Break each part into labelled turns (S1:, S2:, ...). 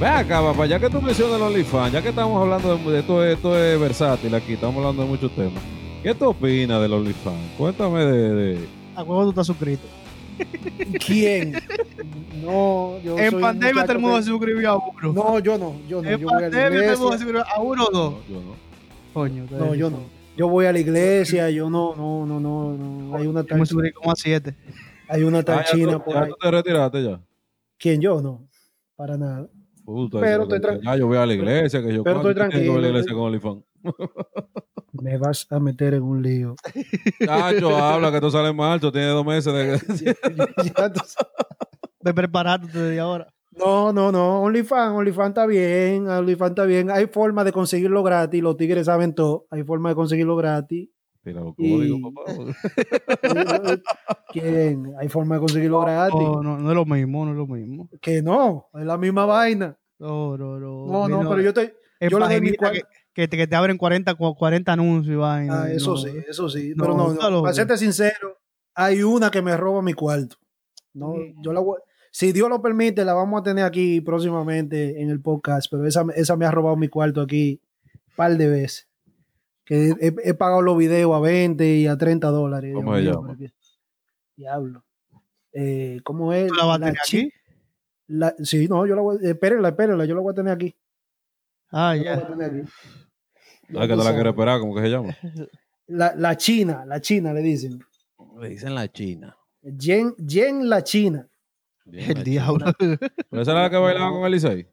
S1: Ve acá, papá, ya que tú mencionas los OnlyFans, ya que estamos hablando de, de todo esto es versátil aquí, estamos hablando de muchos temas. ¿Qué tú opinas de los OnlyFans? Cuéntame de, de-
S2: A huevo tú estás suscrito.
S3: ¿Quién? No, yo soy
S4: En
S3: un
S4: pandemia todo el mundo
S3: muchacho
S4: se suscribió a
S3: que-
S4: uno.
S3: No, yo no, yo no.
S4: en
S3: Yo voy a la
S4: pandemia todo el mundo se
S3: iglesia.
S4: suscribió a uno o dos.
S1: No, yo no.
S4: Coño,
S3: No, yo no. Yo voy a la iglesia, yo no, no, no, no. no. Hay una
S4: Yo me
S3: tal,
S4: suscribí como a siete.
S3: hay una
S1: Ah,
S3: tal
S1: ya
S3: china
S1: tú-
S3: por
S1: ya
S3: ahí.
S1: tú te retiraste ya.
S3: ¿Quién yo? No, para nada.
S1: Puta,
S3: Pero
S1: yo-
S3: estoy tran-
S1: ya yo voy a la iglesia, que yo
S3: pero estoy
S1: ¿cuánto tiempo
S3: tranquilo,
S1: voy a la iglesia
S3: estoy-
S1: con OnlyFans.
S3: Me vas a meter en un lío.
S1: Chacho, habla que tú sales mal, tú tienes dos meses de...
S3: Ya tú sabes.
S4: Ve preparándote desde ahora.
S3: no, no, no. OnlyFans, OnlyFans está bien, OnlyFans está bien. Hay forma de conseguirlo gratis, los tigres saben todo. Hay forma de conseguirlo gratis.
S1: Tira los
S3: Y-
S1: códigos, papá. Ah,
S3: ¿Quién? Hay forma de conseguirlo gratis.
S4: No, no, no es lo mismo, no es lo mismo.
S3: Que no, es la misma vaina.
S4: No, no, no.
S3: No,
S4: Vino-
S3: no, pero yo te.
S4: en
S3: yo le doy mi
S4: paginita
S3: cual-
S4: que, que te, que te abren 40, cu- 40 anuncios y vaina.
S3: Ah,
S4: y
S3: eso
S4: no.
S3: sí, eso sí.
S4: No,
S3: pero no,
S4: está
S3: no.
S4: loco.
S3: Para serte sincero, hay una que me roba mi cuarto. No, yo la voy- Si Dios lo permite, la vamos a tener aquí próximamente en el podcast. Pero esa, esa me ha robado mi cuarto aquí un par de veces. Que he, he pagado los videos a 20 y a 30 dólares.
S1: ¿Cómo
S3: Dios
S1: se
S3: mío,
S1: llama?
S3: pero qué- Diablo. Eh, ¿Cómo es?
S4: ¿Tú la vas a
S3: La
S4: tener
S3: chi-
S4: aquí?
S3: la- sí, no, yo la voy Espérenla, espérenla, yo la voy a tener aquí.
S4: Ah,
S3: Yo la voy
S4: ya.
S3: a tener aquí.
S1: Ah, que te la quiero esperar, ¿cómo que se llama?
S3: La, la China, la China le dicen.
S1: Le dicen la China.
S3: Jen, Jen la China.
S4: El diablo.
S1: ¿Pero esa era la que bailaba con Elisei?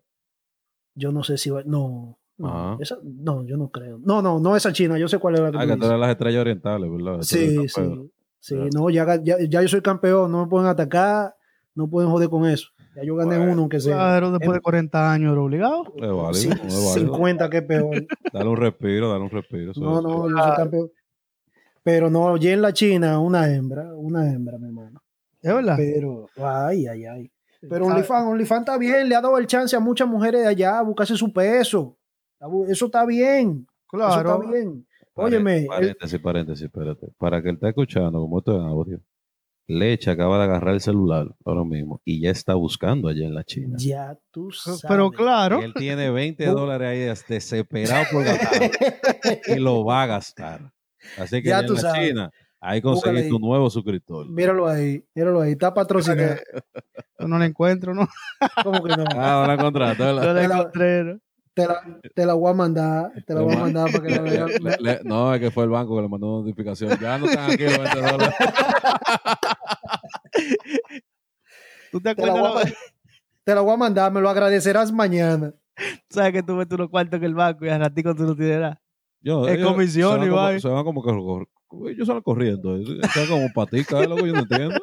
S3: Yo no sé si va. No. no,
S1: Ajá.
S3: esa- no, yo no creo. No, no, no esa China. Yo sé cuál es la Ah. que
S1: Ah,
S3: tú
S1: que tú
S3: dices.
S1: eras las estrellas orientales, ¿verdad? Tú eres
S3: Sí,
S1: el campeón.
S3: sí. Sí,
S1: Claro.
S3: no, ya, ga- ya, ya yo soy campeón. No me pueden atacar. No pueden joder con eso. Ya yo gané uno, aunque sea.
S4: Claro, después de 40 años era obligado.
S1: Es válido,
S3: Sí,
S1: es válido.
S3: 50, que es peor.
S1: Dale un respiro, dale un respiro. eso-
S3: No, no, yo soy campeón. Pero no, Jen la China, una hembra, una hembra, mi hermano.
S4: Es verdad.
S3: Pero, ay, ay, ay. Pero
S4: Ah,
S3: OnlyFans, OnlyFans está bien, le ha dado el chance a muchas mujeres de allá a buscarse su peso. Eso está bien, eso
S4: Claro.
S3: está bien. Óyeme, el-
S1: Paréntesis, paréntesis, espérate. Para que él está escuchando, como esto es en audio, Leche acaba de agarrar el celular ahora mismo y ya está buscando allá en la China.
S3: ya tú sabes.
S4: Pero claro.
S1: Él tiene 20 dólares ahí des- desesperado por gastar y lo va a gastar. Así que
S3: Ya
S1: allá
S3: tú
S1: en la
S3: sabes.
S1: China, ahí
S3: Búscale
S1: conseguí
S3: ahí.
S1: tu nuevo suscriptor.
S3: Míralo ahí, míralo ahí, está patrocinado.
S4: Yo no la encuentro, ¿no?
S3: ¿Cómo que no?
S1: Ah, ahora contrato.
S4: No
S1: ¿verdad?
S4: la
S3: Pero-
S4: encontré. ¿no?
S3: Te la, te la voy a mandar, te la
S1: Le
S3: voy a
S1: ma-
S3: mandar para que la veas.
S1: Le- le- le- no, es que fue el banco que le mandó notificación. Ya no están aquí los 20 dólares.
S4: ¿Tú te
S3: Te la
S4: acuerdas?
S3: voy a
S4: la-
S3: ma- Te la voy a mandar, me lo agradecerás mañana.
S4: sabes que tú metes unos cuartos en el banco y al ratico tú no tienes nada.
S1: Yo,
S4: Es
S1: ellos
S4: comisión,
S1: se van como-
S4: Ibai.
S1: Se van como que cor- cor- ellos salen corriendo. eh, se van como paticas, es lo que yo no entiendo.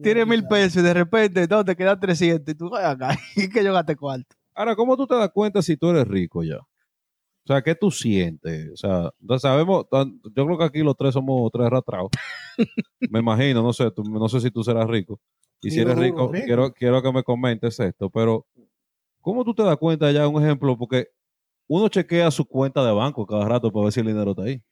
S4: Tienes mil pesos y de repente no, te quedan 300 y tú, "Ay, acá, y que yo gasté cuarto.
S1: Ahora, ¿cómo tú te das cuenta si tú eres rico ya? O sea, ¿qué tú sientes? O sea, no sabemos, tan- yo creo que aquí los tres somos tres ratrados. me imagino, no sé, tú- no sé si tú serás rico. Y si
S3: Yo
S1: eres
S3: no,
S1: rico,
S3: rico.
S1: Quiero, quiero que me comentes esto, pero ¿cómo tú te das cuenta ya? Un ejemplo, porque uno chequea su cuenta de banco cada rato para ver si el dinero está ahí.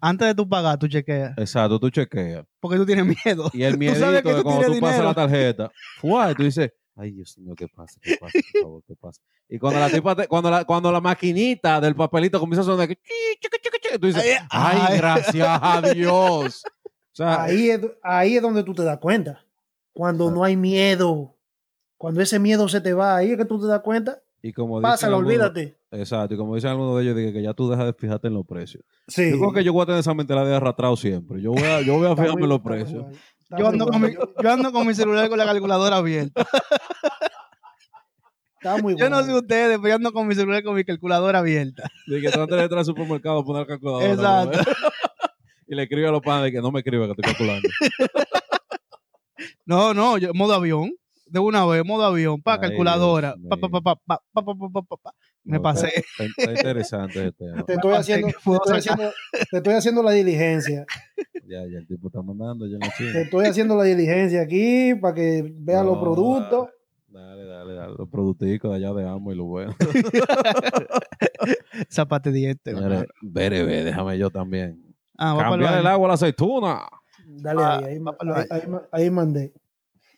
S4: Antes de tú pagar, tú chequeas.
S1: Exacto, tú chequeas.
S4: Porque tú tienes miedo.
S1: Y el miedito
S4: sabes que
S1: de
S4: tú
S1: cuando tú
S4: tienes
S1: pasas
S4: dinero.
S1: la tarjeta, ¡fua! y tú dices, ay Dios mío, ¿qué pasa? ¿Qué pasa? Por favor, ¿qué pasa? Y cuando la tipa te- cuando la, cuando la maquinita del papelito comienza a sonar, que chi, chiqui, chiqui, chiqui, tú dices,
S4: Ay,
S1: ay,
S4: ay.
S1: gracias a Dios. O sea,
S3: Ahí es, ahí es donde tú te das cuenta. Cuando no hay miedo, cuando ese miedo se te va, ahí es que tú te das cuenta.
S1: y como dicen
S3: Pásalo,
S1: algunos-
S3: olvídate.
S1: Exacto, y como dicen algunos de ellos, dije que ya tú dejas de fijarte en los precios.
S3: Sí.
S1: Yo creo que yo voy a tener esa mentalidad de arrastrado siempre. Yo voy a, yo voy a
S3: Está
S1: fijarme
S3: muy-
S1: en los
S3: está muy
S1: precios.
S3: mal. Está
S4: Yo
S3: muy
S4: ando,
S3: mal.
S4: con mi, yo ando con mi celular con la calculadora abierta.
S3: Está muy
S4: Yo no
S3: mal.
S4: sé ustedes, pero yo ando con mi celular con mi calculadora abierta.
S1: Dije, trate de entrar al supermercado a poner calculadora.
S4: Exacto.
S1: Y le escribe a los padres que no me escriba que estoy calculando.
S4: No, no, yo, modo avión. De una vez, modo avión, pa,
S1: Ay,
S4: calculadora.
S1: Dios
S4: Pa, pa, pa, pa, pa, pa, pa, pa, pa, pa, pa.
S1: No,
S4: Me
S1: está-
S4: pasé.
S1: Está, está interesante ese tema.
S3: Te estoy
S4: Así
S3: haciendo,
S4: Ah, que
S3: te
S4: puedo
S3: estoy
S4: sacar.
S3: haciendo- te estoy haciendo la diligencia.
S1: Ya, ya el tipo está mandando ya en la
S3: Te
S1: China.
S3: estoy haciendo la diligencia aquí para que vean los
S1: No,
S3: productos.
S1: Dale, dale, dale. Los producticos de allá de Amo y los buenos.
S4: Zapate diente.
S1: Señores, Bere, ve, déjame yo también.
S4: Ah, va para
S1: Cambiar el agua a la aceituna.
S3: Dale
S4: Ah,
S3: ahí, ahí,
S4: va pa'l
S3: ahí- ahí- ahí mandé.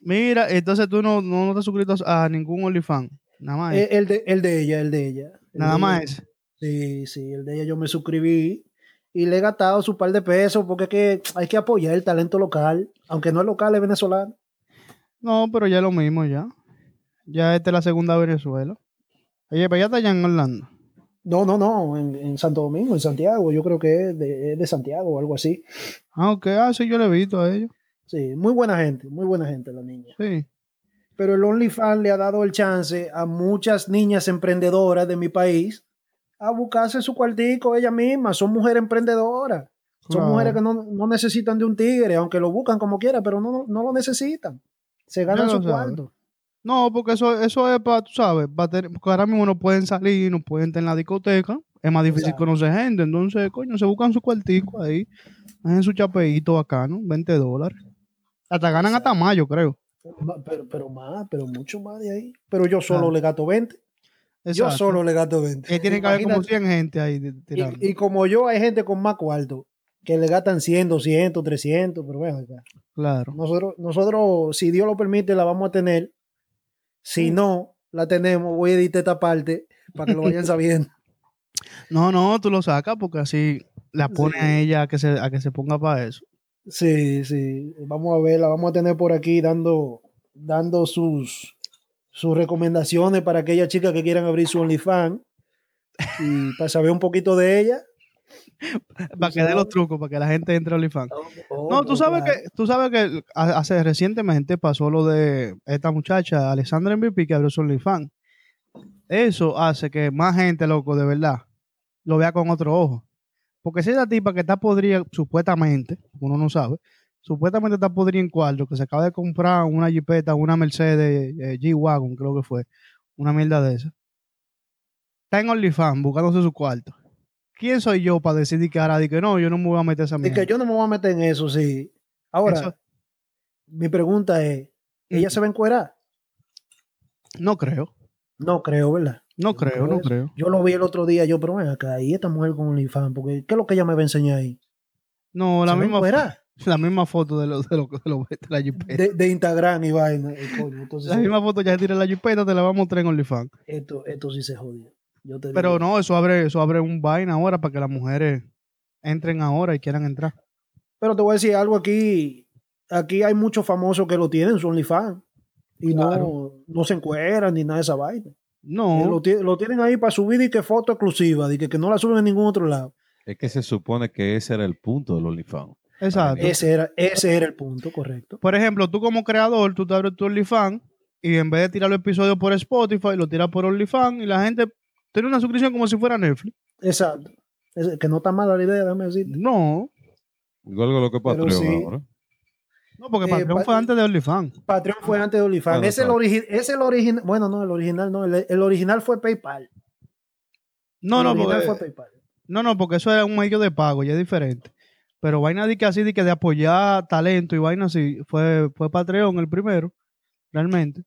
S4: Mira, entonces tú no, no, no te suscritos a ningún OnlyFans. Nada más.
S3: Eh, El de, el de ella, el de ella. El
S4: nada
S3: de
S4: más
S3: ella.
S4: eso.
S3: Sí, sí, el de ella yo me suscribí y le he gastado su par de pesos porque es que hay que apoyar el talento local, aunque no es local, es venezolano.
S4: No, pero ya es lo mismo ya. Ya esta es la segunda Venezuela. Oye, pero ya está allá en Orlando.
S3: No, no, no, en, en Santo Domingo, en Santiago, yo creo que es de, es de Santiago o algo así.
S4: Ah, ok, ah, sí, yo le he visto a ellos.
S3: Sí, muy buena gente, muy buena gente la niña.
S4: Sí.
S3: Pero el OnlyFans le ha dado el chance a muchas niñas emprendedoras de mi país a buscarse su cuartico ellas mismas, son mujeres emprendedoras. Son
S4: Claro.
S3: mujeres que no, no necesitan de un tigre, aunque lo buscan como quiera, pero no, no lo necesitan. Se ganan
S4: Ya
S3: su
S4: lo sabe.
S3: cuarto.
S4: No, porque eso, eso es para, tú sabes, pa' tener- porque ahora mismo no pueden salir, no pueden estar en la discoteca. Es más difícil
S3: Exacto.
S4: conocer gente. Entonces, coño, se buscan su cuartico ahí. Hacen su chapeíto bacano, 20 dólares. Hasta ganan hasta mayo, creo.
S3: Ma- Pero, pero más, pero mucho más de ahí. Pero yo solo
S4: Claro.
S3: le gato 20. Yo
S4: Exacto.
S3: solo le gato 20.
S4: Que tiene que haber como
S3: Imagínate.
S4: 100 gente ahí de- tirando.
S3: Y, y como yo, hay gente con más cuarto que le gastan 100, 200, 300, pero bueno, acá.
S4: claro.
S3: Nosotros, nosotros, si Dios lo permite, la vamos a tener. Si
S4: Mm.
S3: no la tenemos, voy a editar esta parte para que lo vayan sabiendo.
S4: No, no, tú lo sacas porque así la pone
S3: Sí.
S4: a ella a que se, a que se ponga para eso.
S3: Sí, sí. Vamos a ver, la vamos a tener por aquí dando, dando sus, sus recomendaciones para aquellas chicas que quieran abrir su OnlyFans y para saber un poquito de ella.
S4: Para que dé los trucos, para que la gente entre a OnlyFans. No, tú sabes
S3: ah,
S4: que, tú sabes que ha- hace recientemente pasó lo de esta muchacha, Alessandra MVP, que abrió su OnlyFans. Eso hace que más gente, loco, de verdad, lo vea con otro ojo. Porque si esa tipa que está podría, supuestamente, uno no sabe, supuestamente está podría en cuarto, que se acaba de comprar una jipeta, una Mercedes eh, G-Wagon, creo que fue, una mierda de esa. Está en OnlyFans buscándose su cuarto. ¿Quién soy yo para decidir que ahora di que no, yo no me voy a meter esa
S3: De
S4: mierda?
S3: que yo no me voy a meter en eso, sí. Ahora,
S4: Eso- Mm.
S3: mi pregunta es, ¿ella se va a encuerar?
S4: No creo.
S3: No creo, ¿verdad?
S4: No
S3: Yo creo
S4: creo, no
S3: eso.
S4: creo.
S3: Yo lo vi el otro día, yo, pero ven acá, y esta mujer con OnlyFans, porque ¿qué es lo que ella me va a enseñar ahí?
S4: No, la
S3: ¿Se va a
S4: misma,
S3: encuerar?
S4: la misma foto de, lo, de, lo- de lo- de la jipeta.
S3: de, de Instagram y vaina. eh, coño, entonces,
S4: La misma foto ya se tira la jipeta, te la va a mostrar en OnlyFans.
S3: esto, esto sí se jodió. Yo te
S4: Pero
S3: digo.
S4: no, eso abre, eso abre un vaina ahora para que las mujeres entren ahora y quieran entrar.
S3: Pero te voy a decir algo aquí. Aquí hay muchos famosos que lo tienen, son OnlyFans. Y
S4: Claro.
S3: no, no se encueran ni nada de esa vaina. Eh, Lo,
S4: No,
S3: ti- lo tienen ahí para subir y que foto exclusiva, y que, que no la suben en ningún otro lado.
S1: Es que se supone que ese era el punto del OnlyFans.
S4: exacto.
S1: Claro.
S3: Ese era, ese era el punto, correcto.
S4: Por ejemplo, tú como creador, tú te abres tu OnlyFans y en vez de tirar los episodios por Spotify, lo tiras por OnlyFans y la gente tiene una suscripción como si fuera Netflix.
S3: Exacto. Es- que no está mala la idea, déjame decirte.
S4: No,
S1: Igual que lo que Patreon
S3: sí.
S1: ahora.
S4: no porque
S3: Eh,
S4: Patreon
S3: pa-
S4: fue antes de OnlyFans.
S3: Patreon fue
S4: Ah.
S3: antes de OnlyFans.
S1: Claro,
S3: ese es el
S1: claro.
S3: origi- ese es el original. Bueno, no, el original no. El, el original fue PayPal.
S4: No,
S3: El
S4: no,
S3: original
S4: porque
S3: fue PayPal.
S4: No, no, porque eso era un medio de pago, ya es diferente. Pero vaina de que así, de que de apoyar talento y vaina así, fue, fue Patreon el primero, realmente.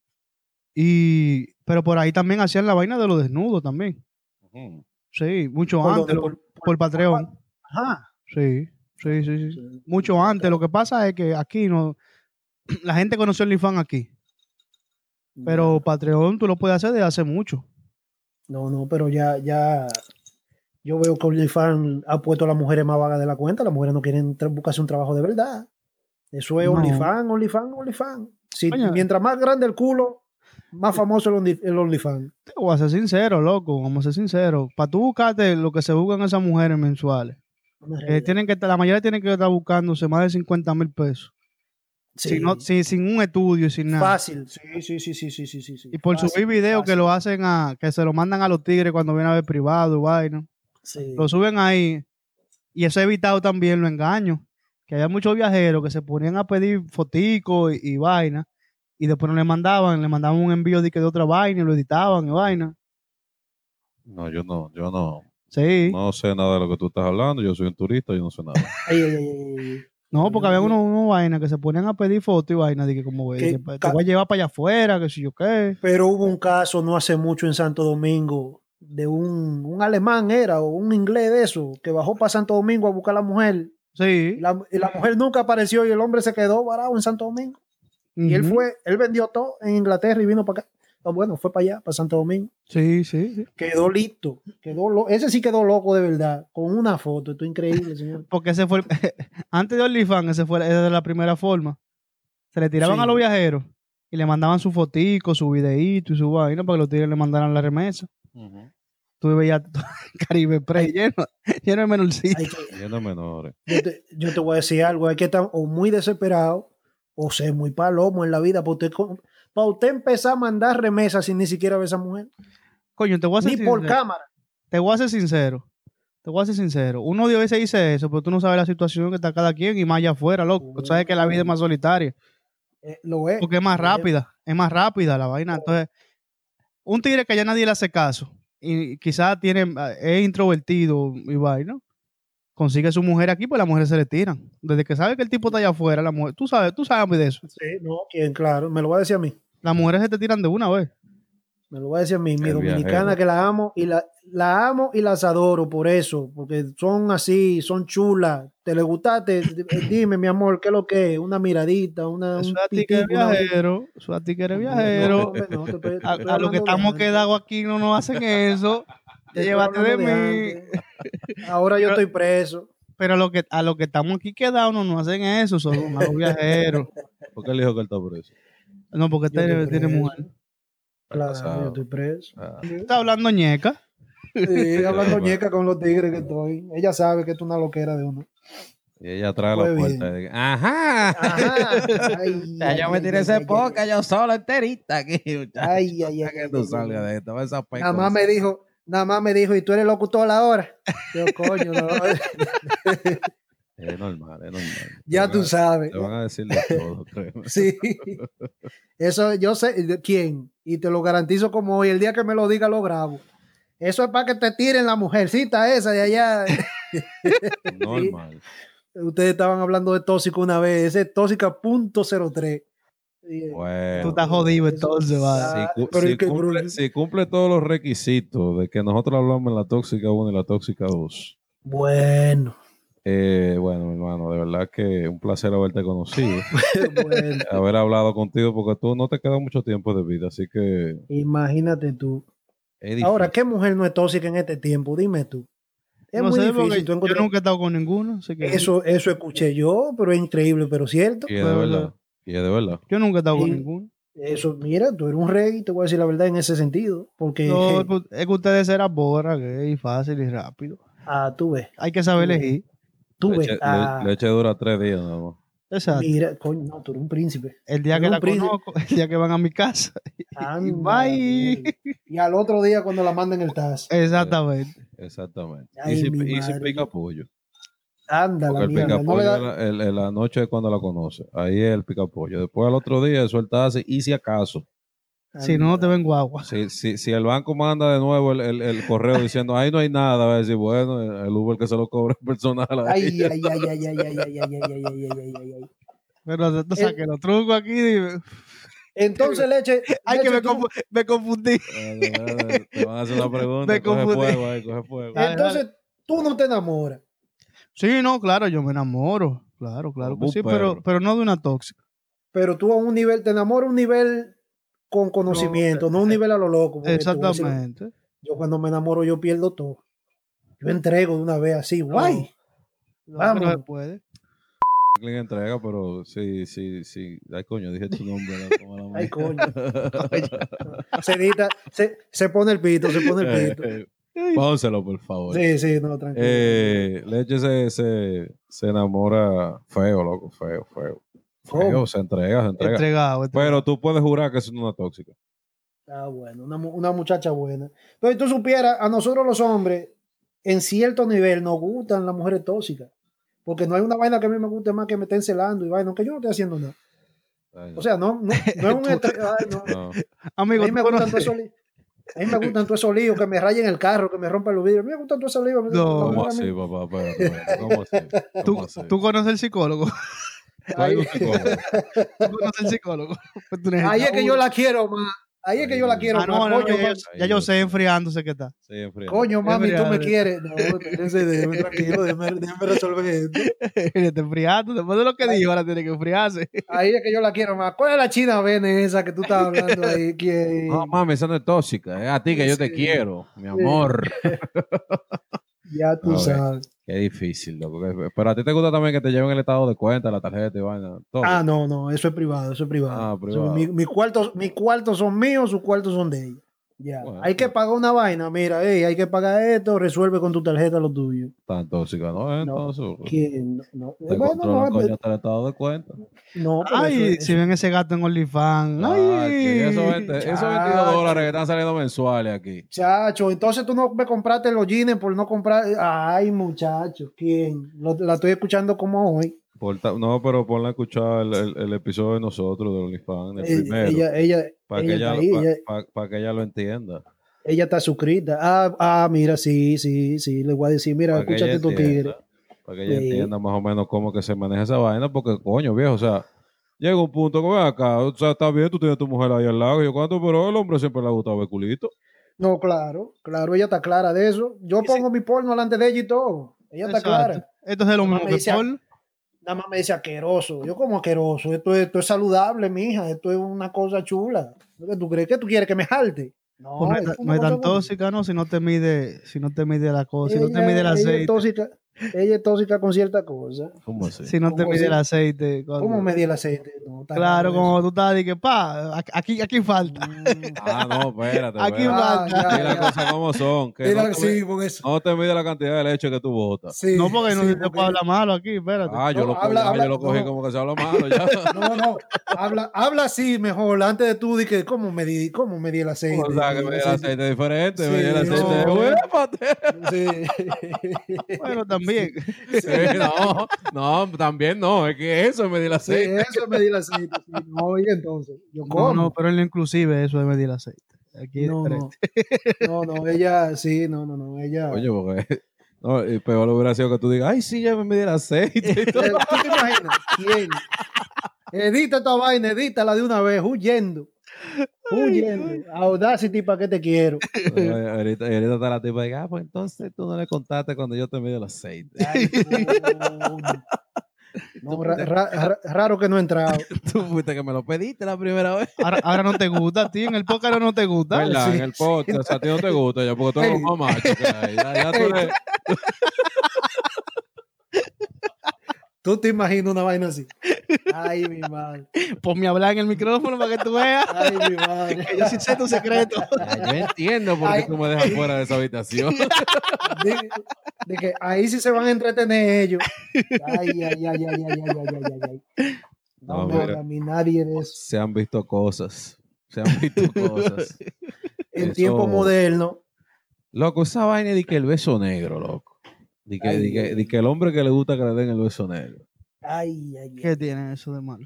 S4: Y, pero por ahí también hacían la vaina de los desnudos también.
S1: Ujú.
S4: Sí, mucho
S3: Por
S4: antes,
S3: donde-
S4: lo- por,
S3: por-
S4: Patreon.
S3: Ajá.
S4: Sí, sí, sí, sí.
S3: Sí.
S4: Mucho antes. Lo que pasa es que aquí no, la gente conoció el OnlyFans aquí. Pero Patreon tú lo puedes hacer desde hace mucho.
S3: No, no, pero ya, ya. Yo veo que OnlyFans ha puesto a las mujeres más vagas de la cuenta. Las mujeres no quieren tra- buscarse un trabajo de verdad. Eso es
S4: No.
S3: OnlyFans, OnlyFans, OnlyFans. Si,
S4: Oye.
S3: mientras más grande el culo, más famoso el, Only- el OnlyFans.
S4: Te voy a ser sincero, loco, vamos a ser sinceros. Para tú buscarte lo que se buscan esas mujeres mensuales.
S3: Una
S4: Eh,
S3: realidad.
S4: tienen que estar- la mayoría tienen que estar buscándose más de 50 mil pesos.
S3: Sí.
S4: Sin, no- sin, sin un estudio, sin nada.
S3: Fácil. Sí, sí, sí, sí, sí, sí, sí, sí.
S4: Y por
S3: Fácil,
S4: subir videos que
S3: fácil.
S4: lo hacen a, que se lo mandan a los tigres cuando vienen a ver privado y vaina.
S3: Sí.
S4: Lo suben ahí. Y eso ha evitado también los engaños. Que había muchos viajeros que se ponían a pedir foticos y, y vaina. Y después no le mandaban, le mandaban un envío de, que de otra vaina y lo editaban y vaina.
S1: No, yo no, yo no.
S4: Sí. No,
S1: No sé nada de lo que tú estás hablando. Yo soy un turista, yo no sé nada.
S3: Ay, ay, ay, ay, ay.
S4: porque había unos unos vainas que se ponían a pedir fotos y vaina. De que como, de
S3: Que
S4: que, te
S3: ca-
S4: voy a llevar para allá afuera, que si yo qué.
S3: Pero hubo un caso no hace mucho en Santo Domingo de un, un alemán era o un inglés de eso que bajó para Santo Domingo a buscar a la mujer
S4: Sí.
S3: y la, y la mujer nunca apareció y el hombre se quedó varado en Santo Domingo y él
S4: Ujú.
S3: fue él vendió todo en Inglaterra y vino para acá Ah, bueno, fue para allá, para Santo Domingo.
S4: Sí, sí, sí.
S3: Quedó listo. Quedó lo- Ese sí quedó loco de verdad. Con una foto. Esto es increíble, señor.
S4: Porque ese fue. el- antes de OnlyFans, ese fue, esa era la primera forma. Se le tiraban
S3: Sí.
S4: a los viajeros y le mandaban su fotico, su videíto y su vaina para que los tigres le mandaran la remesa. Tú veías todo el Caribe Prey lleno, lleno de menorcitos.
S3: Hay que-
S1: Yendo a menores.
S3: yo, te, yo te voy a decir algo. Hay que estar o muy desesperado o ser muy palomo en la vida para usted, con- pa' usted empezar a mandar remesas sin ni siquiera ver a esa mujer.
S4: Coño, te voy a ser
S3: Ni por
S4: sincero.
S3: cámara.
S4: Te voy a ser sincero. Te voy a ser sincero. Uno de veces dice eso, pero tú no sabes la situación que está cada quien y más allá afuera, loco. Tú sabes que la vida es más solitaria.
S3: Eh, lo es.
S4: Porque es más
S3: Lo es.
S4: rápida, es más rápida la vaina.
S3: Oh.
S4: Entonces, un tigre que ya nadie le hace caso y quizás tiene, es introvertido y vaina, consigue su mujer aquí, pues las mujeres se le tiran. Desde que sabe que el tipo está allá afuera, la mujer, tú sabes, tú sabes de eso.
S3: Sí, no, bien, claro. Me lo va a decir a mí.
S4: Las mujeres se te tiran de una vez.
S3: Me lo va a decir a mí, mi
S1: El
S3: dominicana
S1: viajero.
S3: que la amo y la, la amo y las adoro por eso, porque son así, son chulas. ¿Te le gustaste? eh, Dime, mi amor, ¿qué es lo que es? Una miradita, una,
S4: Eso
S3: un
S4: es a tigre
S3: pitico, una-
S4: viajero, eso es a tigre
S3: No,
S4: viajero.
S3: hombre, no, te estoy- te
S4: A, a
S3: estoy
S4: los que
S3: hablando de
S4: estamos
S3: antes.
S4: quedados aquí no nos hacen eso.
S3: Te
S4: Te
S3: estoy
S4: llevaste de
S3: hablando
S4: mí.
S3: de antes. Ahora yo
S4: Pero-
S3: estoy preso.
S4: Pero a los que, a los que estamos aquí quedados no nos hacen eso, son a los viajeros.
S1: ¿Por qué él dijo que él está preso?
S4: No, porque
S3: Yo
S4: tiene,
S3: estoy
S4: tiene
S3: preso.
S4: mujer.
S3: Claro,
S1: casado.
S3: yo estoy preso.
S1: Ah,
S4: Está hablando ñeca.
S3: Sí, hablando ñeca con los tigres que estoy. Ella sabe que esto es una loquera de uno.
S1: y ella trae la
S3: Fue bien.
S1: puerta. y dice, Ajá.
S3: Ajá. Ay,
S2: Ya yo me
S3: ay,
S2: tiré
S3: ay,
S2: ese
S3: ay,
S2: poca, yo solo enterita aquí, muchacho.
S3: Ay, ay, ay.
S2: que tú salgas de esto, esa
S3: Nada más me dijo, nada más me dijo, ¿y tú eres locutor ahora? Yo, coño, no,
S1: Es normal, es normal.
S3: ya
S1: Te
S3: tú
S1: van a-
S3: sabes.
S1: Te van a decir de todo, créeme.
S3: Sí. Eso yo sé de quién, y te lo garantizo como hoy, el día que me lo diga lo grabo. Eso es para que te tiren la mujercita esa de allá.
S1: Normal.
S3: Ustedes estaban hablando de tóxico una vez, ese es tóxica punto cero tres. Y- eh,
S1: Bueno.
S4: Tú estás jodido entonces, va.
S1: Si, cu-
S3: pero
S1: si
S3: es que,
S1: cumple,
S3: Bruno-
S1: si cumple todos los requisitos de que nosotros hablamos en la tóxica 1 y la tóxica 2.
S3: Bueno,
S1: Eh, bueno, mi hermano, de verdad que un placer haberte conocido,
S3: bueno,
S1: haber hablado contigo, porque tú no te queda mucho tiempo de vida, así que es
S3: imagínate tú.
S1: difícil.
S3: Ahora, ¿qué mujer no es tóxica en este tiempo? Dime tú. Es
S4: No
S3: muy
S4: sé,
S3: difícil
S4: porque
S3: tú
S4: yo
S3: encontrar-
S4: nunca he estado con ninguno. así que-
S3: Eso, eso escuché yo, pero es increíble, pero cierto.
S1: y es de verdad. Y es de verdad.
S4: Yo nunca he estado con
S3: Sí.
S4: ninguno.
S3: Eso, mira, tú eres un rey, te voy a decir la verdad en ese sentido, porque
S4: No,
S3: je,
S4: es que- es que ustedes eran borra, gay, fácil y rápido.
S3: ah, tú ves,
S4: Hay que saber
S3: Sí.
S4: elegir.
S3: tú
S1: Leche,
S3: ves,
S1: le-
S3: ah,
S1: leche dura tres días, nada más.
S4: Exacto.
S3: mira, coño, no, tú eres un príncipe.
S4: El día que
S3: un
S4: la
S3: príncipe.
S4: conozco, el día que van a mi casa.
S3: Anda,
S4: bye.
S3: mierda. Y al otro día cuando la manden el taxi,
S4: Exactamente.
S1: Exactamente.
S3: Ay,
S1: y si,
S3: mi
S1: y si
S3: madre.
S1: pica pollo.
S3: anda
S1: Porque
S3: la
S1: el
S3: mierda,
S1: pica
S3: no le
S1: pollo,
S3: da-
S1: en la, el- en la noche es cuando la conoce. Ahí es el pica pollo. Después al otro día suelta así, y si acaso.
S3: Ah,
S4: Si no, no te ven guagua.
S1: Si, si, si el banco manda de nuevo el, el- el correo diciendo, ahí no hay nada, va a decir, bueno, el- el Uber que se lo cobra el personal. ahí".
S3: Ay, ay, ay, ay, ay, ay, ay, ay, ay, ay, ay, ay, ay, ay.
S4: Pero tú
S3: Eh.
S4: saqué los trucos aquí. dime.
S3: Entonces, leche,
S4: Ay, que
S3: Leche,
S4: me,
S3: tú-
S4: confu- me confundí.
S1: Te van a hacer una pregunta,
S4: Me
S1: coge
S4: confundí.
S1: fuego, ahí, coge fuego.
S3: Ah.
S4: Dale,
S3: entonces tú no te enamoras.
S4: Sí, no, claro, yo me enamoro. Claro, claro
S1: Como
S4: que
S1: un
S4: sí,
S1: perro.
S4: pero, pero no de una tóxica.
S3: pero tú a un nivel, te enamoras a un nivel con conocimiento,
S1: eh,
S3: no, a un nivel a lo loco. porque tú vas a decir,
S4: Exactamente.
S3: yo cuando me enamoro, yo pierdo todo. Yo entrego de una vez así, guay.
S4: Claro que no se
S3: Vamos.
S4: puede.
S1: Franklin entrega, pero sí, sí, sí. Ay, coño, dije tu nombre. la- como la
S3: Ay,
S1: madre.
S3: coño. se, edita- se, se pone el pito, se pone el pito.
S1: Eh, eh, Pónselo, por favor.
S3: Sí, sí, no, tranquilo.
S1: Eh, Leche se, se, se enamora feo, loco, feo, feo. Feo,
S3: ¿Cómo?
S1: se entrega, se entrega.
S4: Entregado.
S1: Pero tú puedes jurar que eso no es una tóxica.
S3: Ah, bueno, una, mu- una muchacha buena. Pero si tú supieras, a nosotros los hombres, en cierto nivel, nos gustan las mujeres tóxicas. Porque no hay una vaina que a mí me guste más que me estén celando y vaina, que yo no estoy haciendo nada.
S1: Ay,
S3: O sea, no, no, no es un... estre- ay, no.
S1: no.
S4: Amigo,
S3: A mí me
S4: tú
S3: gustan
S4: conoces-
S3: todos esos líos. A mí me gustan todos esos líos, que me rayen el carro, que me rompan los vidrios. A mí me gustan todos esos líos. Me-
S4: No.
S3: la
S1: ¿Cómo
S3: mujer a
S1: así,
S3: mí-
S1: papá? Espérate, espérate, ¿Cómo así? ¿Cómo
S4: ¿Tú,
S1: así?
S4: tú conoces el psicólogo.
S1: Tú eres un
S3: Ahí-
S1: psicólogo.
S4: Tú conoces el psicólogo. Pues tú necesitas
S3: Ahí es que yo
S4: uno.
S3: la quiero más. Ahí es que yo la quiero.
S4: Ah, no,
S3: más,
S4: no,
S3: coño,
S4: ya,
S3: mami.
S4: yo- ya yo sé enfriándose que está.
S1: Sí, en frío.
S3: Coño, mami, tú me
S4: verdad.
S3: quieres. No, espérense, déjeme tranquilo, déjeme, déjeme resolver esto.
S4: Está enfriando. Después de lo que dijo, ahora tiene que enfriarse.
S3: Ahí es que yo la quiero más. ¿Cuál es la china vene esa que tú estás hablando ahí? Que...
S1: No, mami, esa no es tóxica. Es a ti que yo te
S3: Sí.
S1: quiero, mi amor.
S3: ya tú
S1: A ver.
S3: sabes.
S1: Qué difícil, loco. Qué- Pero a ti te gusta también que te lleven el estado de cuenta, la tarjeta y vaina. Todo.
S3: Ah, no, no, eso es privado, eso es privado.
S1: Ah, privado.
S3: Eso, mi- mis cuartos, mis cuartos son míos, sus cuartos son de ella. Ya.
S1: Bueno.
S3: hay que pagar una vaina, mira, ey, hay que pagar esto, resuelve con tu tarjeta lo tuyo.
S1: Tan tóxica, ¿no?
S3: No.
S1: Entonces,
S3: Que no, no.
S1: te
S3: Bueno,
S1: controlan,
S3: no, pues.
S1: coño,
S3: pero-
S1: hasta el estado de cuenta.
S3: no, pero eso
S4: Ay,
S3: es-
S4: si ven ese gato en OnlyFans.
S1: Ah,
S4: Ay,
S1: que Esos 20 esos 22
S3: Chacho.
S1: dólares que están saliendo mensuales aquí.
S3: Muchacho, entonces tú no me compraste los jeans por no comprar. Ay, muchacho, ¿quién? Lo- la estoy escuchando como hoy.
S1: Por ta- no, pero ponla a escuchar el, el- el episodio de nosotros, de OnlyFans, el
S3: Eh,
S1: primero.
S3: Ella, ella,
S1: para, que
S3: ella
S1: ella,
S3: está ahí,
S1: pa-
S3: ella-
S1: pa- pa' que ella lo entienda.
S3: ella está suscrita. Ah, ah, mira, sí, sí, sí. Le voy a decir, mira,
S1: Para que ella
S3: escúchate tu tigre.
S1: entienda. Para que ella
S3: Sí.
S1: entienda más o menos cómo que se maneja esa vaina, porque coño, viejo, o sea, llega un punto que ven acá, o sea, está bien, tú tienes tu mujer ahí al lado, y yo cuánto, pero el hombre siempre le ha gustado el culito.
S3: No, claro, claro, ella está clara de eso. Yo pongo mi porno delante de ella y todo. Ella está
S4: Exacto.
S3: clara.
S4: Esto es lo mismo
S3: me
S4: que
S3: dice-
S4: Paul.
S3: Nada más me dice asqueroso. Yo como asqueroso. Esto, es- esto es saludable, mija. Esto es una cosa chula. ¿Tú crees que tú quieres que me jalte? No,
S4: Pues no,
S3: esto
S4: es-
S3: es una
S4: no es
S3: cosa
S4: tan
S3: bonita.
S4: tóxica, ¿no? Si no te mide, si no te mide la cosa, si no te mide el
S3: es
S4: aceite,
S3: tóxica, ella es tóxica con cierta cosa.
S1: ¿Cómo así?
S4: si no te
S3: ¿Cómo
S4: mide el
S3: así?
S4: aceite. cuando-
S3: ¿Cómo medí el aceite? No, está
S4: Claro,
S3: raro
S4: como tú estás, de que pa, aquí, aquí falta.
S3: eso. Mm.
S1: Ah, no, espérate.
S4: Aquí
S1: espérate.
S3: Ah,
S4: falta.
S1: Mira
S3: ya,
S1: las
S3: ya.
S1: cosas como son. Que
S3: Mira,
S1: no, te,
S3: sí, porque eso.
S1: no te mide la cantidad de leche que tú botas.
S3: sí,
S4: No, porque no
S3: sí,
S4: se puede hablar malo aquí, espérate.
S1: Ah, yo
S3: No,
S1: lo cogí,
S3: habla,
S1: ah, yo
S3: habla,
S1: lo cogí
S3: no.
S1: como que se habla malo ya.
S3: No, no, habla, habla así mejor antes de tú di que cómo medí, cómo medí el aceite.
S1: O sea, que me dio el aceite diferente, me dio el
S3: Sí,
S1: aceite
S3: no.
S1: Uépate.
S3: Sí.
S4: bueno, también.
S1: Sí, no, no, también no, es que eso me dio el
S3: Sí,
S1: aceite.
S3: eso es medir el aceite. sí. No, y entonces, yo
S4: No,
S3: como.
S4: no, pero él inclusive eso de medir el aceite. Aquí es
S3: no, no.
S4: diferente.
S3: No, no, ella, sí, no, no, no, ella.
S1: Oye, porque no, y peor hubiera sido que tú digas, ay, sí, ya me mide el aceite.
S3: Eh, ¿Tú te imaginas? ¿Quién? Edita esta vaina, edítala de una vez, huyendo. Huyendo. Audacity, ¿para qué te quiero?
S1: Ay, ahorita, ahorita está la tipa de ah, pues entonces tú no le contaste cuando yo te mide el aceite.
S3: Ay, no. No, ra- ra- ra- raro que no he entrado.
S1: Tú fuiste que me lo pediste la primera vez.
S4: Ahora, ahora no te gusta a ti, en el pócaro no te gusta.
S1: ¿Verdad?
S3: sí,
S1: en el podcast, a ti no te gusta ya, porque tú eres un mamacho. que hay. Ya, ya tú eres-
S3: ¿Tú te imaginas una vaina así? Ay, mi madre.
S4: Ponme a hablar en el micrófono para que tú veas.
S3: Ay, mi madre.
S4: que Yo sí sé tu secreto.
S1: Ya, yo entiendo por qué
S3: Ay.
S1: tú me dejas fuera de esa habitación.
S3: De, de que ahí sí se van a entretener ellos. Ay, ay, ay, ay, ay, ay, ay, ay, ay, ay. No,
S1: No,
S3: me
S1: mira.
S3: haga a mí nadie de eso.
S1: Se han visto cosas. Se han visto cosas.
S3: En
S1: Eso-
S3: tiempo moderno.
S1: Loco, esa vaina de que el beso negro, loco. De que,
S3: Ay,
S1: di que,
S3: Dios.
S1: di que el hombre que le gusta que le den el beso negro.
S3: Ay, ay, ay.
S4: ¿Qué tiene eso de malo?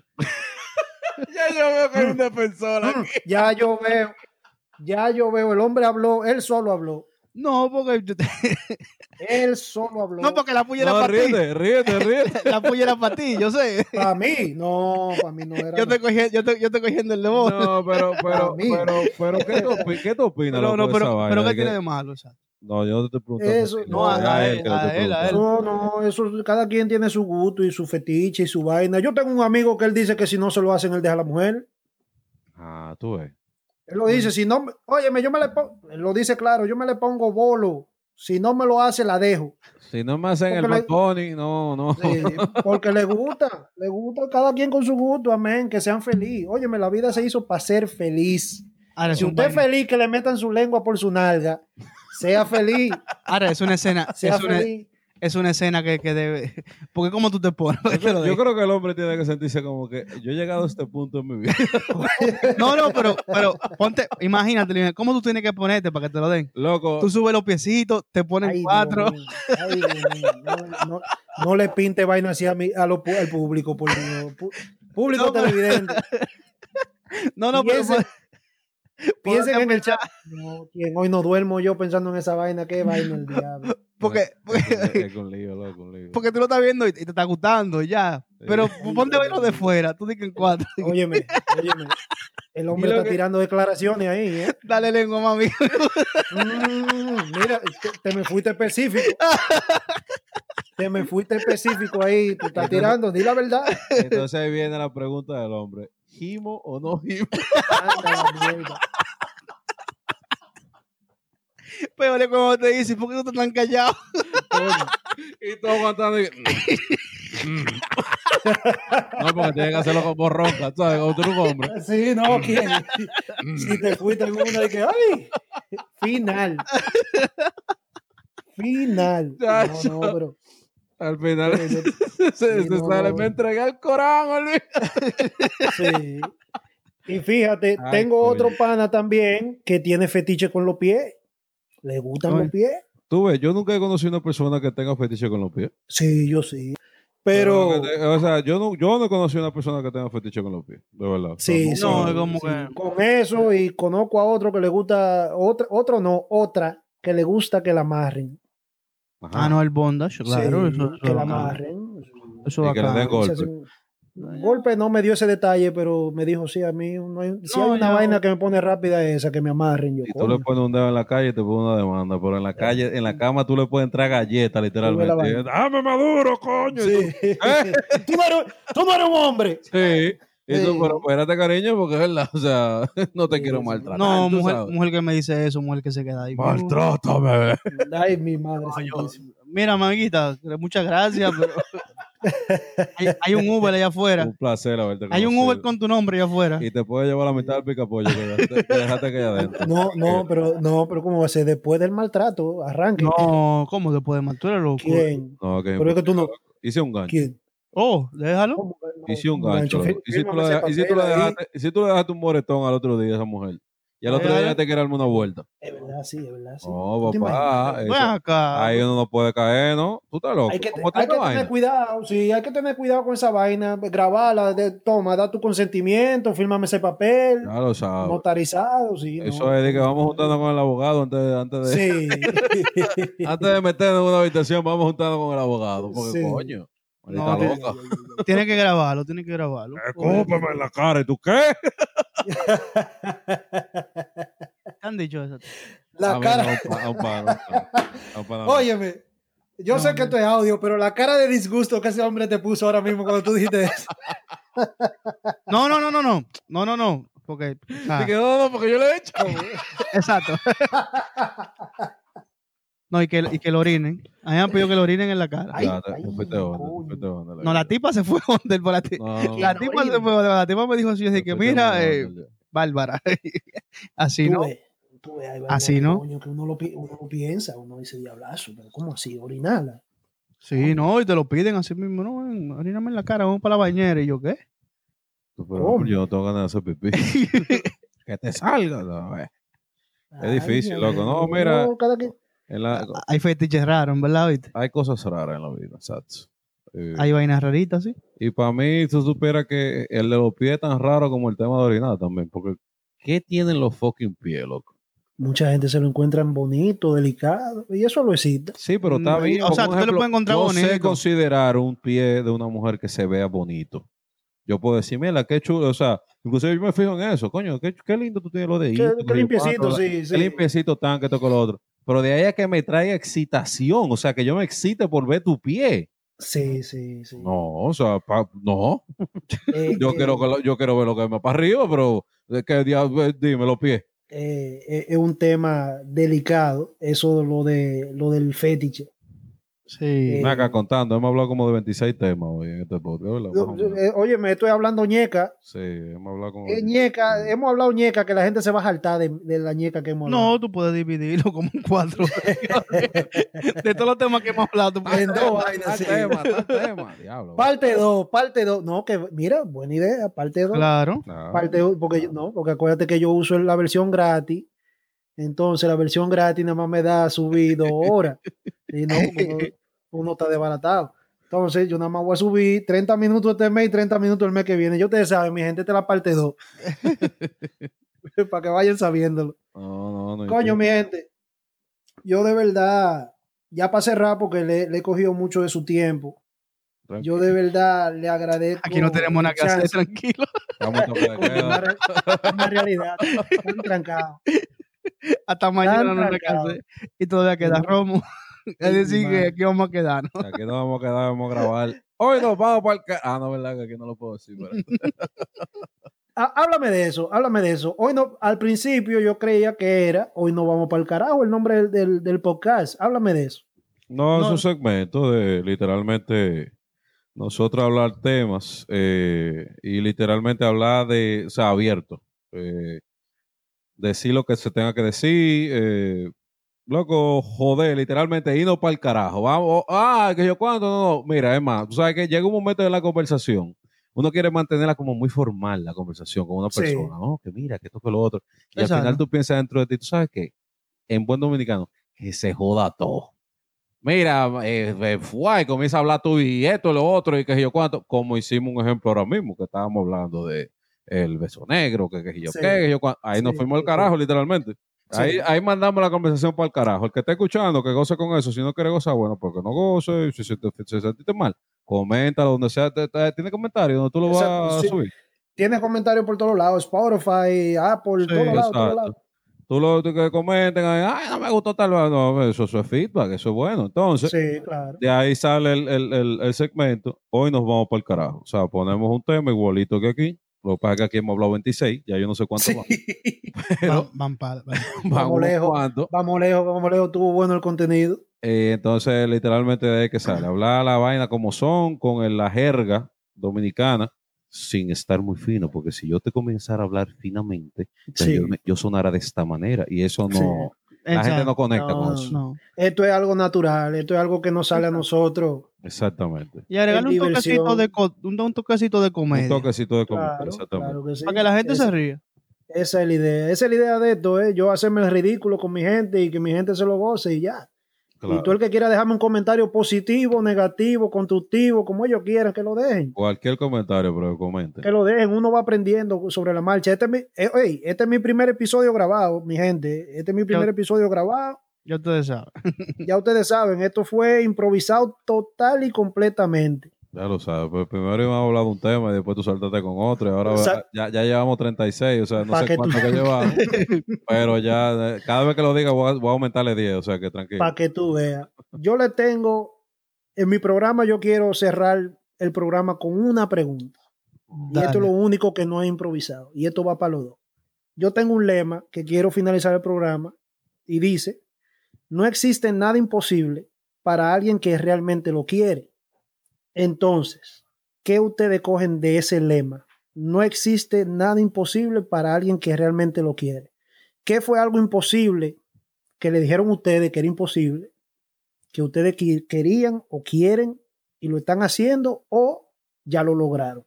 S1: Ya yo veo que hay un defensor
S3: Mm, Ya yo veo, ya yo veo, el hombre habló, él solo habló,
S4: No, porque yo te-
S3: él solo habló.
S4: no, porque la puya era
S1: No,
S4: para ti.
S1: ríete, ríete, ríete.
S4: La puya era para ti, yo sé.
S3: Para mí, no, para mí no era.
S4: Yo te cogí, yo te, yo te cogiendo el león.
S1: No, pero, pero,
S3: A mí.
S1: pero, pero, ¿qué te opi- ¿qué te opinas,
S4: No,
S1: loco,
S4: no,
S1: de esa
S4: pero,
S1: vaina?
S4: pero ¿qué
S1: De que-
S4: tiene de malo? O sea?
S1: No, yo no te estoy preguntando.
S3: Eso-
S1: a ti,
S3: no,
S1: loco,
S3: a
S1: es
S4: él,
S1: que le
S4: a
S1: estoy
S4: él, a
S1: preguntando.
S4: él.
S3: No, no, eso cada quien tiene su gusto y su fetiche y su vaina. Yo tengo un amigo que él dice que si no se lo hacen, él deja a la mujer.
S1: Ah, tú ves.
S3: Él lo dice, si no, me- óyeme, yo me le pongo, él lo dice claro, yo me le pongo bolo. Si no me lo hace, la dejo.
S1: Si no me hacen el
S3: Porque
S1: Bad
S3: le-
S1: Bunny, no, no.
S3: Sí, porque le gusta, le gusta cada quien con su gusto, amén, que sean feliz. Óyeme, la vida se hizo para ser feliz.
S4: Ahora, es
S3: Si
S4: un
S3: usted es
S4: baile.
S3: feliz que le metan su lengua por su nalga, sea feliz,
S4: Ahora, es una escena.
S3: sea
S4: Es una,
S3: feliz.
S4: es una escena que, que debe. Porque, ¿cómo tú te pones? Te lo
S1: Yo
S4: digo.
S1: creo que el hombre tiene que sentirse como que yo he llegado a este punto en mi vida.
S4: No, no, pero, pero ponte, imagínate, Lionel, ¿cómo tú tienes que ponerte para que te lo den?
S1: Loco,
S4: Tú subes los piecitos, te ponen
S3: Ay, Dios
S4: cuatro.
S3: mío, ay, Dios mío, no, no- no le pinte vaina así a mi- a lo pu- al público, por Dios. Pu- público
S4: No, pero-
S3: televidente.
S4: No, no, pero. pues,
S3: Piensen- Piensen
S4: ponte
S3: en el chat. No, quien hoy no duermo yo pensando en esa vaina, qué vaina el diablo.
S4: Porque,
S1: es
S4: porque,
S1: que un lío, loco, un lío.
S4: porque tú lo estás viendo y, y te está gustando y ya. Pero ponte a verlo de fuera, tú dices que en cuatro.
S3: Óyeme, óyeme. El hombre
S4: Y lo
S3: está
S4: que-
S3: tirando declaraciones ahí, ¿eh?
S4: Dale lengua, mami.
S3: Mm, mira, te, te me fuiste específico. Te me fuiste específico ahí. Tú estás tirando, di la verdad.
S1: Entonces ahí viene la pregunta del hombre. ¿Gimo o no gimo?
S3: Anda, la mierda.
S4: Peor es cuando te dicen, ¿por qué no te están callado?
S1: Y todo aguantando. y- "Mm, no, porque tienes que hacerlo con voz ronca, ¿sabes? Como tú eres un hombre.
S3: Sí, no,
S1: Mm.
S3: ¿quién? si te fuiste en una de que, ¡ay! Final. Final. No, no, pero.
S1: Al final
S3: pero yo-
S1: se, se
S3: no,
S1: sale,
S3: no.
S1: me entregué el Corán, Olvi-".
S3: sí. Y fíjate,
S1: Ay,
S3: tengo
S1: coño.
S3: otro pana también que tiene fetiche con los pies. ¿Le gustan
S4: Ay.
S3: los pies?
S1: Tú ves, yo nunca he conocido una persona que tenga fetiche con los pies.
S3: Sí, yo sí. Pero.
S1: O sea, yo no, yo no he conocido una persona que tenga fetiche con los pies, de verdad.
S3: Sí,
S1: O sea,
S4: No,
S1: nunca-
S4: es como que.
S3: con eso y conozco a otro que le gusta, otra, otro no, otra que le gusta que la amarren.
S1: Ajá.
S4: Ah, no, el bondage, claro.
S3: Sí,
S4: eso, eso,
S3: que la
S4: bacano.
S3: amarren.
S4: Eso
S1: Y
S4: es
S1: que le
S4: bacano.
S1: den gol. Golpe.
S3: Se hacen- golpe no me dio ese detalle, pero me dijo, sí, a mí no hay, si
S4: No,
S3: hay una
S4: yo-
S3: vaina que me pone rápida es esa, que me amarren. Yo,
S1: Si tú
S3: coño,
S1: le pones un dedo en la calle, te pones una demanda. Pero en la calle, en la cama, tú le puedes entrar galletas,
S3: Tú ves
S1: literalmente.
S3: la
S1: ¡Dame maduro, coño! Y tú-
S3: sí. tú, no eres, tú no eres un hombre.
S1: Sí. Y tú,
S3: Sí.
S1: pero espérate, cariño, porque es verdad. O sea, no te
S3: Sí,
S1: quiero
S3: sí.
S1: maltratar.
S4: No,
S1: tú
S4: mujer,
S1: sabes.
S4: mujer que me dice eso, mujer que se queda ahí. Uh,
S1: Maltrátame.
S3: Ay, mi madre.
S4: No, yo-
S3: santísima.
S4: Mira, manguita, eh, muchas gracias, pero. hay, hay un Uber allá afuera.
S1: Un placer haberte
S4: Hay un
S1: conocido.
S4: Uber con tu nombre allá afuera.
S1: Y te puede llevar la mitad del picapollo que te, que dejaste que allá adentro.
S3: No, no, pero, no, pero ¿cómo va a ser? Después del maltrato, arranque.
S4: No, ¿cómo después de Martura, loco?
S3: ¿Quién?
S1: No, que
S3: Pero es que tú no.
S1: hice un gancho.
S3: ¿Quién?
S4: Oh, déjalo.
S3: ¿Cómo que no?
S1: Hice un
S3: Un
S1: gancho.
S3: gancho.
S1: Y si tú
S3: Fírmame
S1: le
S3: ese
S1: deja- y si tú
S3: papel
S1: le
S3: ahí.
S1: dejaste- y si tú le dejaste un moretón al otro día a esa mujer. Y al otro
S4: Ajá.
S1: día te quiere darme una vuelta.
S3: Es verdad, sí, es verdad. Sí. ¿Tú
S1: No,
S3: te
S1: papá. ah,
S3: imaginas?
S1: eso-
S4: Ven acá.
S1: Ahí uno no puede caer, ¿no? Tú estás loco.
S3: Hay que, te-
S1: ¿Cómo te
S3: hay que
S1: vaina?
S3: tener cuidado, sí, hay que tener cuidado con esa vaina, grabarla, de- toma, da tu consentimiento, fírmame ese papel,
S1: Ya lo sabes.
S3: notarizado, sí. no.
S1: Ah, Eso es de que vamos juntando con el abogado antes de, antes de,
S3: Sí.
S1: antes de meternos en una habitación, vamos juntando con el abogado. Porque
S3: Sí.
S1: coño,
S4: No,
S1: maldita
S4: te-
S1: loca.
S4: Tiene que grabarlo, tiene que grabarlo.
S1: Ah, Escúpeme Eh, en la cara, ¿y tú qué?
S4: ¿Te han dicho eso?
S1: A
S3: la
S1: mí
S3: cara,
S1: no, pa- a un pana, a un pana, a un pana.
S3: óyeme, yo
S4: No,
S3: sé
S4: hombre.
S3: que esto es audio, pero la cara de disgusto que ese hombre te puso ahora mismo cuando tú dijiste eso.
S4: No, no, no, no, no. No, no, no. Porque. o sea,
S1: Así que no, no, porque yo le he hecho.
S4: exacto. no, y que, y que lo orinen. A mí me han pedido que lo orinen en la cara.
S3: Ay,
S1: Ya, te-
S3: ay,
S1: te fuiste onda, te
S3: coño.
S1: fuiste onda,
S4: No, la tipa se fue donde el volante.
S1: No,
S4: La
S1: te
S4: tipa, se fue, la tipa me dijo así, así que
S1: fuiste
S4: mira,
S1: onda,
S4: eh,
S1: ya.
S4: Bárbara. así,
S3: Tú
S4: ¿no?
S3: ves, tú ves, hay vainas
S4: Así,
S3: que,
S4: ¿no?
S3: coño, que uno lo, pi- uno lo piensa, uno dice diablazo, pero ¿cómo así? Orinala.
S4: Sí, no, y te lo piden así mismo, no, ven, oríname en la cara, vamos para la bañera. Y yo, ¿qué?
S1: Tú, pero
S3: ¿Cómo?
S1: yo no tengo ganas de hacer pipí. que te salga. no, eh.
S3: Ay,
S1: difícil,
S3: mi
S1: loco, no,
S3: amor,
S1: mira.
S3: cada quien-
S1: En la-
S4: Hay fetiches raros, ¿verdad? ¿Viste?
S1: hay cosas raras en la vida, exacto. Eh,
S4: Hay vainas raritas, sí.
S1: Y para mí, tú supieras que el de los pies es tan raro como el tema de orinar también, porque ¿qué tienen los fucking pies, loco?
S3: Mucha gente se lo encuentran bonito, delicado, y eso lo excita.
S1: Sí, pero está
S4: Mm,
S1: bien.
S4: o sea,
S1: por
S4: tú te lo puedes encontrar
S1: yo sé
S4: bonito.
S1: considerar un pie de una mujer que se vea bonito. Yo puedo decir, mira, qué chulo, o sea, inclusive yo me fijo en eso, coño, qué, qué lindo tú tienes lo de
S3: Qué,
S1: hito,
S3: qué
S1: lo de
S3: limpiecito,
S1: cuatro,
S3: sí, sí.
S1: Qué limpiecito tan que toco lo otro. Pero de ahí a que me traiga excitación, o sea, que yo me excite por ver tu pie.
S3: Sí, sí, sí.
S1: No, o sea, pa- no.
S3: Eh,
S1: Yo,
S3: eh,
S1: quiero, que lo- yo quiero ver lo que me para arriba, pero eh, ¿de ¿qué diablo? Dime los pies.
S3: eh, eh, es un tema delicado, eso de lo, de, lo del fetiche.
S4: Sí.
S3: Eh,
S1: Ven acá contando, hemos hablado como de 26 temas hoy en este podcast, ¿verdad? Más o menos.
S3: Eh, Oye, me estoy hablando ñeca.
S1: Sí, hemos hablado como.
S3: Eh, ñeca, hemos hablado ñeca, que la gente se va a saltar de, de la ñeca que hemos hablado.
S4: No, tú puedes dividirlo como en cuatro. de todos los temas que hemos hablado, tú puedes-
S3: en dos vainas, sí.
S1: tema, tal tema, diablo.
S3: Parte 2, parte 2. No, que mira, buena idea, parte 2.
S4: Claro.
S1: No.
S3: parte u- porque
S4: Ah.
S3: yo- no, porque acuérdate que yo uso la versión gratis. Entonces la versión gratis nada más me da subir dos horas. Y no, uno, uno está desbaratado. Entonces yo nada más voy a subir 30 minutos este mes y 30 minutos el mes que viene. Yo ustedes saben, mi gente, esta es la parte 2. Para que vayan sabiéndolo.
S1: No, no, no.
S3: Coño,
S1: tú-
S3: mi gente. Yo de verdad, ya para cerrar, porque le, le he cogido mucho de su tiempo.
S1: Tranquilo.
S3: Yo de verdad le agradezco.
S4: Aquí no tenemos nada que
S3: el
S4: hacer,
S3: chance
S4: tranquilo.
S1: Estamos en toque de
S3: porque es una
S1: queda.
S3: re- es una realidad. Están trancados.
S4: Hasta mañana no hay nada que
S3: trancado.
S4: hacer. Y todavía queda
S3: No.
S4: Romo. Es decir,
S3: madre.
S4: que aquí vamos a quedarnos.
S1: Aquí nos vamos a quedar, vamos a grabar. Hoy nos vamos para el... ca- Ah, no, verdad que aquí no lo puedo decir. pero-
S3: Há- Háblame de eso, háblame de eso. Hoy no, al principio yo creía que era, hoy no vamos para el carajo, el nombre del, del- del podcast. Háblame de eso.
S1: No, es
S4: No.
S1: un segmento de literalmente nosotros hablar temas eh, y literalmente hablar de, o sea, abierto. Eh, decir lo que se tenga que decir. eh, loco, joder, literalmente irnos para el carajo. Vamos, ah, que yo cuando, no, no. Mira, es más, tú sabes que llega un momento de la conversación. Uno quiere mantenerla como muy formal, la conversación con una
S3: Sí.
S1: persona, ¿no? Que mira, que esto, que lo otro. Y al
S4: Exacto.
S1: final tú piensas dentro de ti, tú sabes que en buen dominicano, que se joda todo. Mira, eh, eh, fue, y comienza a hablar tú y esto, lo otro, y qué sé yo cuánto. Como hicimos un ejemplo ahora mismo, que estábamos hablando de el beso negro, que qué sé yo
S3: Sí.
S1: qué, qué sé yo cuánto. Ahí nos
S3: Sí,
S1: fuimos al
S3: sí,
S1: carajo, literalmente.
S3: Sí.
S1: Ahí, ahí mandamos la conversación para el carajo. El que está escuchando, que goce con eso. Si no quiere gozar, bueno, porque no goce. Y Si se, te, si sentiste mal, coméntalo donde sea. te- te- tiene comentarios donde tú lo vas
S3: Exacto,
S1: a
S3: sí.
S1: subir.
S3: Tiene comentarios por todos lados, Spotify, Apple,
S4: Sí,
S3: todos lados, todos
S1: exacto.
S3: lados.
S1: Tú lo tú que comenten, ahí, ay, no me gustó tal. No, eso, eso es feedback, eso es bueno. Entonces,
S3: Sí, claro.
S1: de ahí sale el, el- el- el segmento. Hoy nos vamos para el carajo. O sea, ponemos un tema igualito que aquí. Lo que pasa es que aquí hemos hablado 26, ya yo no sé cuánto
S3: Sí.
S1: van.
S4: Van, van para.
S1: Van unos
S3: lejos.
S1: cuantos.
S3: Vamos lejos, vamos lejos, tuvo bueno el contenido.
S1: Eh, entonces, literalmente, de ahí que sale. Hablar la vaina como son, con el- la jerga dominicana, sin estar muy fino, porque si yo te comenzara a hablar finamente, ya
S3: Sí.
S1: yo, me- yo sonara de esta manera. Y eso no.
S3: Sí.
S1: La gente no conecta con
S3: No.
S1: eso.
S4: No.
S3: Esto es algo natural, esto es algo que nos sale a nosotros.
S1: Exactamente.
S4: Y agregarle un
S3: Es
S4: toquecito,
S3: diversión.
S4: de co- un, un toquecito de comedia.
S1: Un toquecito de comedia.
S3: Claro,
S1: exactamente.
S3: claro que sí.
S4: Para que la gente
S3: Esa-
S4: se ría.
S3: Esa es la idea. Esa es la idea de esto, ¿eh? Yo hacerme el ridículo con mi gente y que mi gente se lo goce y ya. Y
S1: Claro.
S3: tú el que quiera dejarme un comentario positivo, negativo, constructivo, como ellos quieran, que lo dejen.
S1: Cualquier comentario, pero comente.
S3: Que lo dejen, uno va aprendiendo sobre la marcha. Este es mi, eh, ey, este es mi primer episodio grabado, mi gente. Este es mi primer
S4: Yo-
S3: episodio grabado.
S4: Ya ustedes saben.
S3: Ya ustedes saben, esto fue improvisado total y completamente.
S1: Ya lo sabes, pero primero íbamos a hablar de un tema y después tú saltaste con otro. Y ahora
S3: Exacto.
S1: ya, ya llevamos 36, o sea, no
S3: Pa'
S1: sé
S3: que
S1: cuánto
S3: tú-
S1: que llevamos. pero ya, eh, cada vez que lo diga, voy a, voy a aumentarle 10, o sea, que tranquilo.
S3: Para que tú veas. Yo le tengo, en mi programa yo quiero cerrar el programa con una pregunta. Y esto es lo
S4: Dale.
S3: único que no he improvisado. Y esto va para los dos. Yo tengo un lema que quiero finalizar el programa y dice, no existe nada imposible para alguien que realmente lo quiere. Entonces, ¿qué ustedes cogen de ese lema? No existe nada imposible para alguien que realmente lo quiere. ¿Qué fue algo imposible que le dijeron ustedes que era imposible, que ustedes qui- querían o quieren y lo están haciendo o ya lo lograron?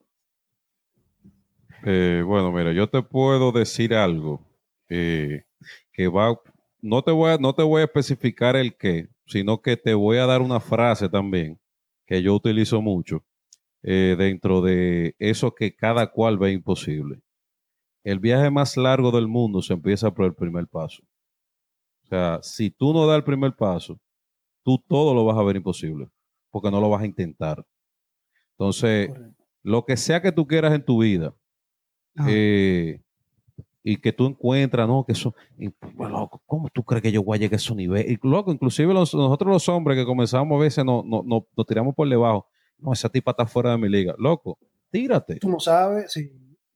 S1: Eh, bueno, mira, yo te puedo decir algo eh, que va, no te voy a, no te voy a especificar el qué, sino que te voy a dar una frase también que yo utilizo mucho eh, dentro de eso que cada cual ve imposible. El viaje más largo del mundo se empieza por el primer paso. O sea, si tú no das el primer paso, tú todo lo vas a ver imposible, porque no lo vas a intentar. Entonces,
S3: Correcto.
S1: lo que sea que tú quieras en tu vida,
S4: Ajá.
S1: eh, y que tú encuentras, ¿no? Que eso, y, pues, loco, ¿cómo tú crees que yo voy a llegar a esos niveles? Y, loco, inclusive los- nosotros los hombres que comenzamos a veces no, no, no- nos tiramos por debajo. No, esa tipa está fuera de mi liga. Loco, tírate.
S3: Tú no sabes, sí.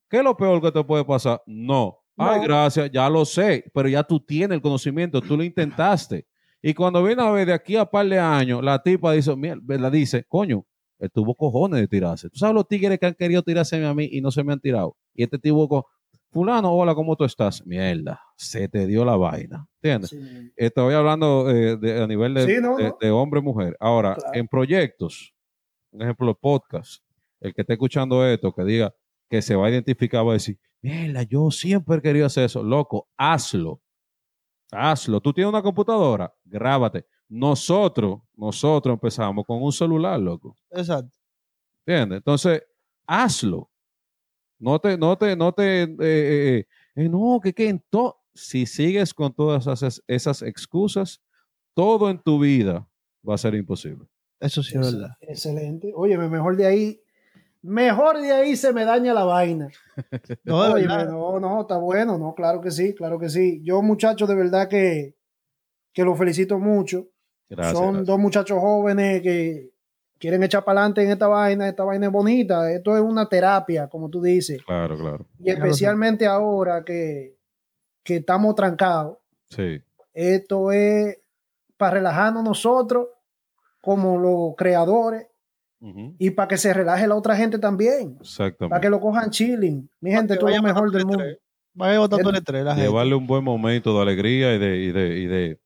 S1: ¿Qué es lo peor que te puede pasar? No. Ay,
S3: No.
S1: gracias, ya lo sé, pero ya tú tienes el conocimiento, tú lo intentaste. Y cuando viene a ver de aquí a par de años, la tipa dice, mier- la dice, coño, él tuvo cojones de tirarse. Tú sabes los tigres que han querido tirarse a mí y no se me han tirado. Y este tipo, co- fulano, hola, ¿cómo tú estás? Mierda, se te dio la vaina. ¿Entiendes?
S3: Sí.
S1: Estoy hablando eh, de- a nivel de,
S3: Sí, no,
S1: de-
S3: no.
S1: de hombre-mujer. Ahora,
S3: Claro.
S1: en proyectos, un ejemplo, podcast, el que esté escuchando esto, que diga que se va a identificar, va a decir, mierda, yo siempre he querido hacer eso. Loco, hazlo. Hazlo. Tú tienes una computadora, grábate. Nosotros, nosotros empezamos con un celular, loco.
S4: Exacto.
S1: ¿Entiendes? Entonces, hazlo. No te, no te, no te, eh, eh, eh, eh, no, que, que ento- si sigues con todas esas, esas excusas, todo en tu vida va a ser imposible.
S4: Eso sí es
S3: Ex-
S4: verdad.
S3: Excelente. Oye, mejor de ahí. Mejor de ahí se me daña la vaina.
S4: No, de
S3: Oye,
S4: verdad.
S3: no, no, está bueno, no, claro que sí, claro que sí. Yo, muchachos, de verdad que, que los felicito mucho.
S1: Gracias.
S3: Son
S1: gracias.
S3: dos muchachos jóvenes que quieren echar para adelante en esta vaina, esta vaina es bonita, esto es una terapia, como tú dices.
S1: Claro, claro.
S3: Y
S4: Ya lo sé.
S3: especialmente ahora que, que estamos trancados,
S1: Sí.
S3: esto es para relajarnos nosotros como los creadores
S1: Ujú.
S3: y para que se relaje la otra gente también, para
S1: Exactamente.
S3: que lo cojan chilling. Mi gente,
S4: que
S3: tú lo
S4: vaya
S3: mejor del
S4: matando
S3: mundo.
S4: Vaya botando estrellas. la gente.
S1: Llevarle un buen momento de alegría y de, y de, y de,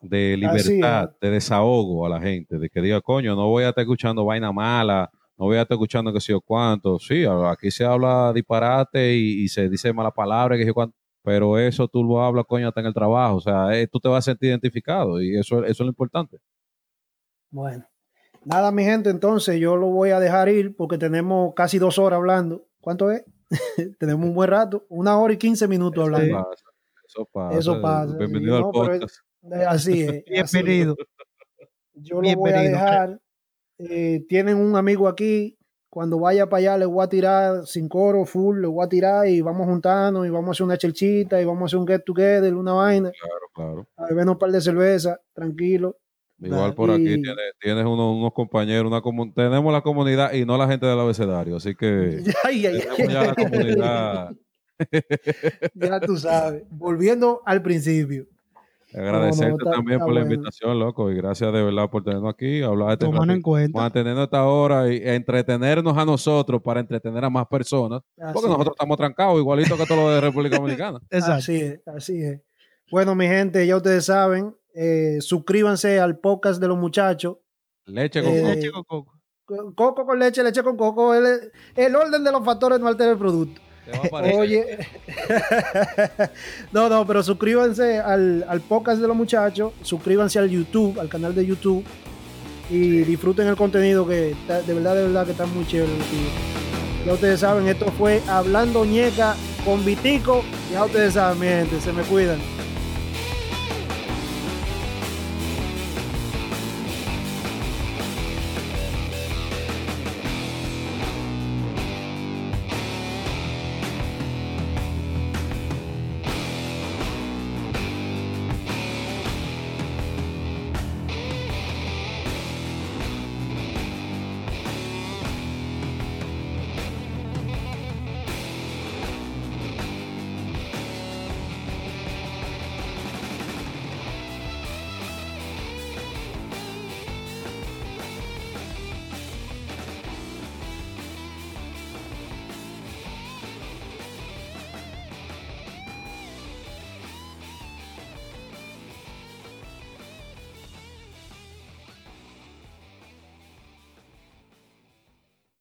S1: de
S3: Así
S1: libertad, de desahogo a la gente, de que diga, coño, no voy a estar escuchando vaina mala, no voy a estar escuchando que sé yo cuánto. Sí, a- aquí se habla disparate y, y se dice mala palabra, que sé yo cuánto, pero eso tú lo hablas, coño, hasta en el trabajo. O sea, eh, tú te vas a sentir identificado y eso, eso es lo importante.
S3: Bueno, nada, mi gente, entonces yo lo voy a dejar ir porque tenemos casi dos horas hablando. ¿Cuánto es? tenemos un buen rato, una hora y quince
S1: Eso
S3: minutos hablando.
S1: pasa. Eso pasa. eh,
S3: Eso pasa.
S1: Bienvenido
S3: No,
S1: al
S3: pero es-
S1: podcast.
S3: Eh, Así es. así es.
S4: Bienvenido.
S3: Yo lo voy a
S4: bienvenido.
S3: dejar. Eh, tienen un amigo aquí. Cuando vaya para allá, le voy a tirar sin coro, full, le voy a tirar y vamos juntando y vamos a hacer una chelchita y vamos a hacer un get together, una vaina,
S1: Claro, claro.
S3: a beber un par de cerveza, tranquilo.
S1: Igual por aquí
S3: Y-
S1: tienes, tienes unos, unos compañeros, una comu- tenemos la comunidad y no la gente del abecedario, así que
S3: Ay, ay, ay.
S1: tenemos ya la comunidad.
S3: ya tú sabes. Volviendo al principio.
S1: Agradecerte
S3: No, no, está-
S1: también
S3: está
S1: por la
S3: bueno.
S1: invitación, loco, y gracias de verdad por tenernos aquí, hablar de este
S4: Tomando en cuenta.
S1: mantenernos hasta ahora y entretenernos a nosotros para entretener a más personas,
S3: Así
S1: porque
S3: es.
S1: nosotros estamos trancados, igualito que todo lo de República Dominicana.
S4: Exacto.
S3: Así es, así es. Bueno, mi gente, ya ustedes saben, eh, suscríbanse al podcast de los muchachos.
S1: Leche con
S3: Eh,
S1: coco.
S4: Leche con coco.
S3: Co- Coco con leche, leche con coco. El, el orden de los factores no altera el producto.
S1: Te va a aparecer.
S3: Oye. no, no, pero suscríbanse al, al podcast de los muchachos. Suscríbanse al YouTube, al canal de YouTube. Y disfruten el contenido que está- de verdad, de verdad que está muy chévere. lo que- Ya ustedes saben, esto fue Hablando Ñeca con Vitico. Ya ustedes saben, mi gente, se me cuidan.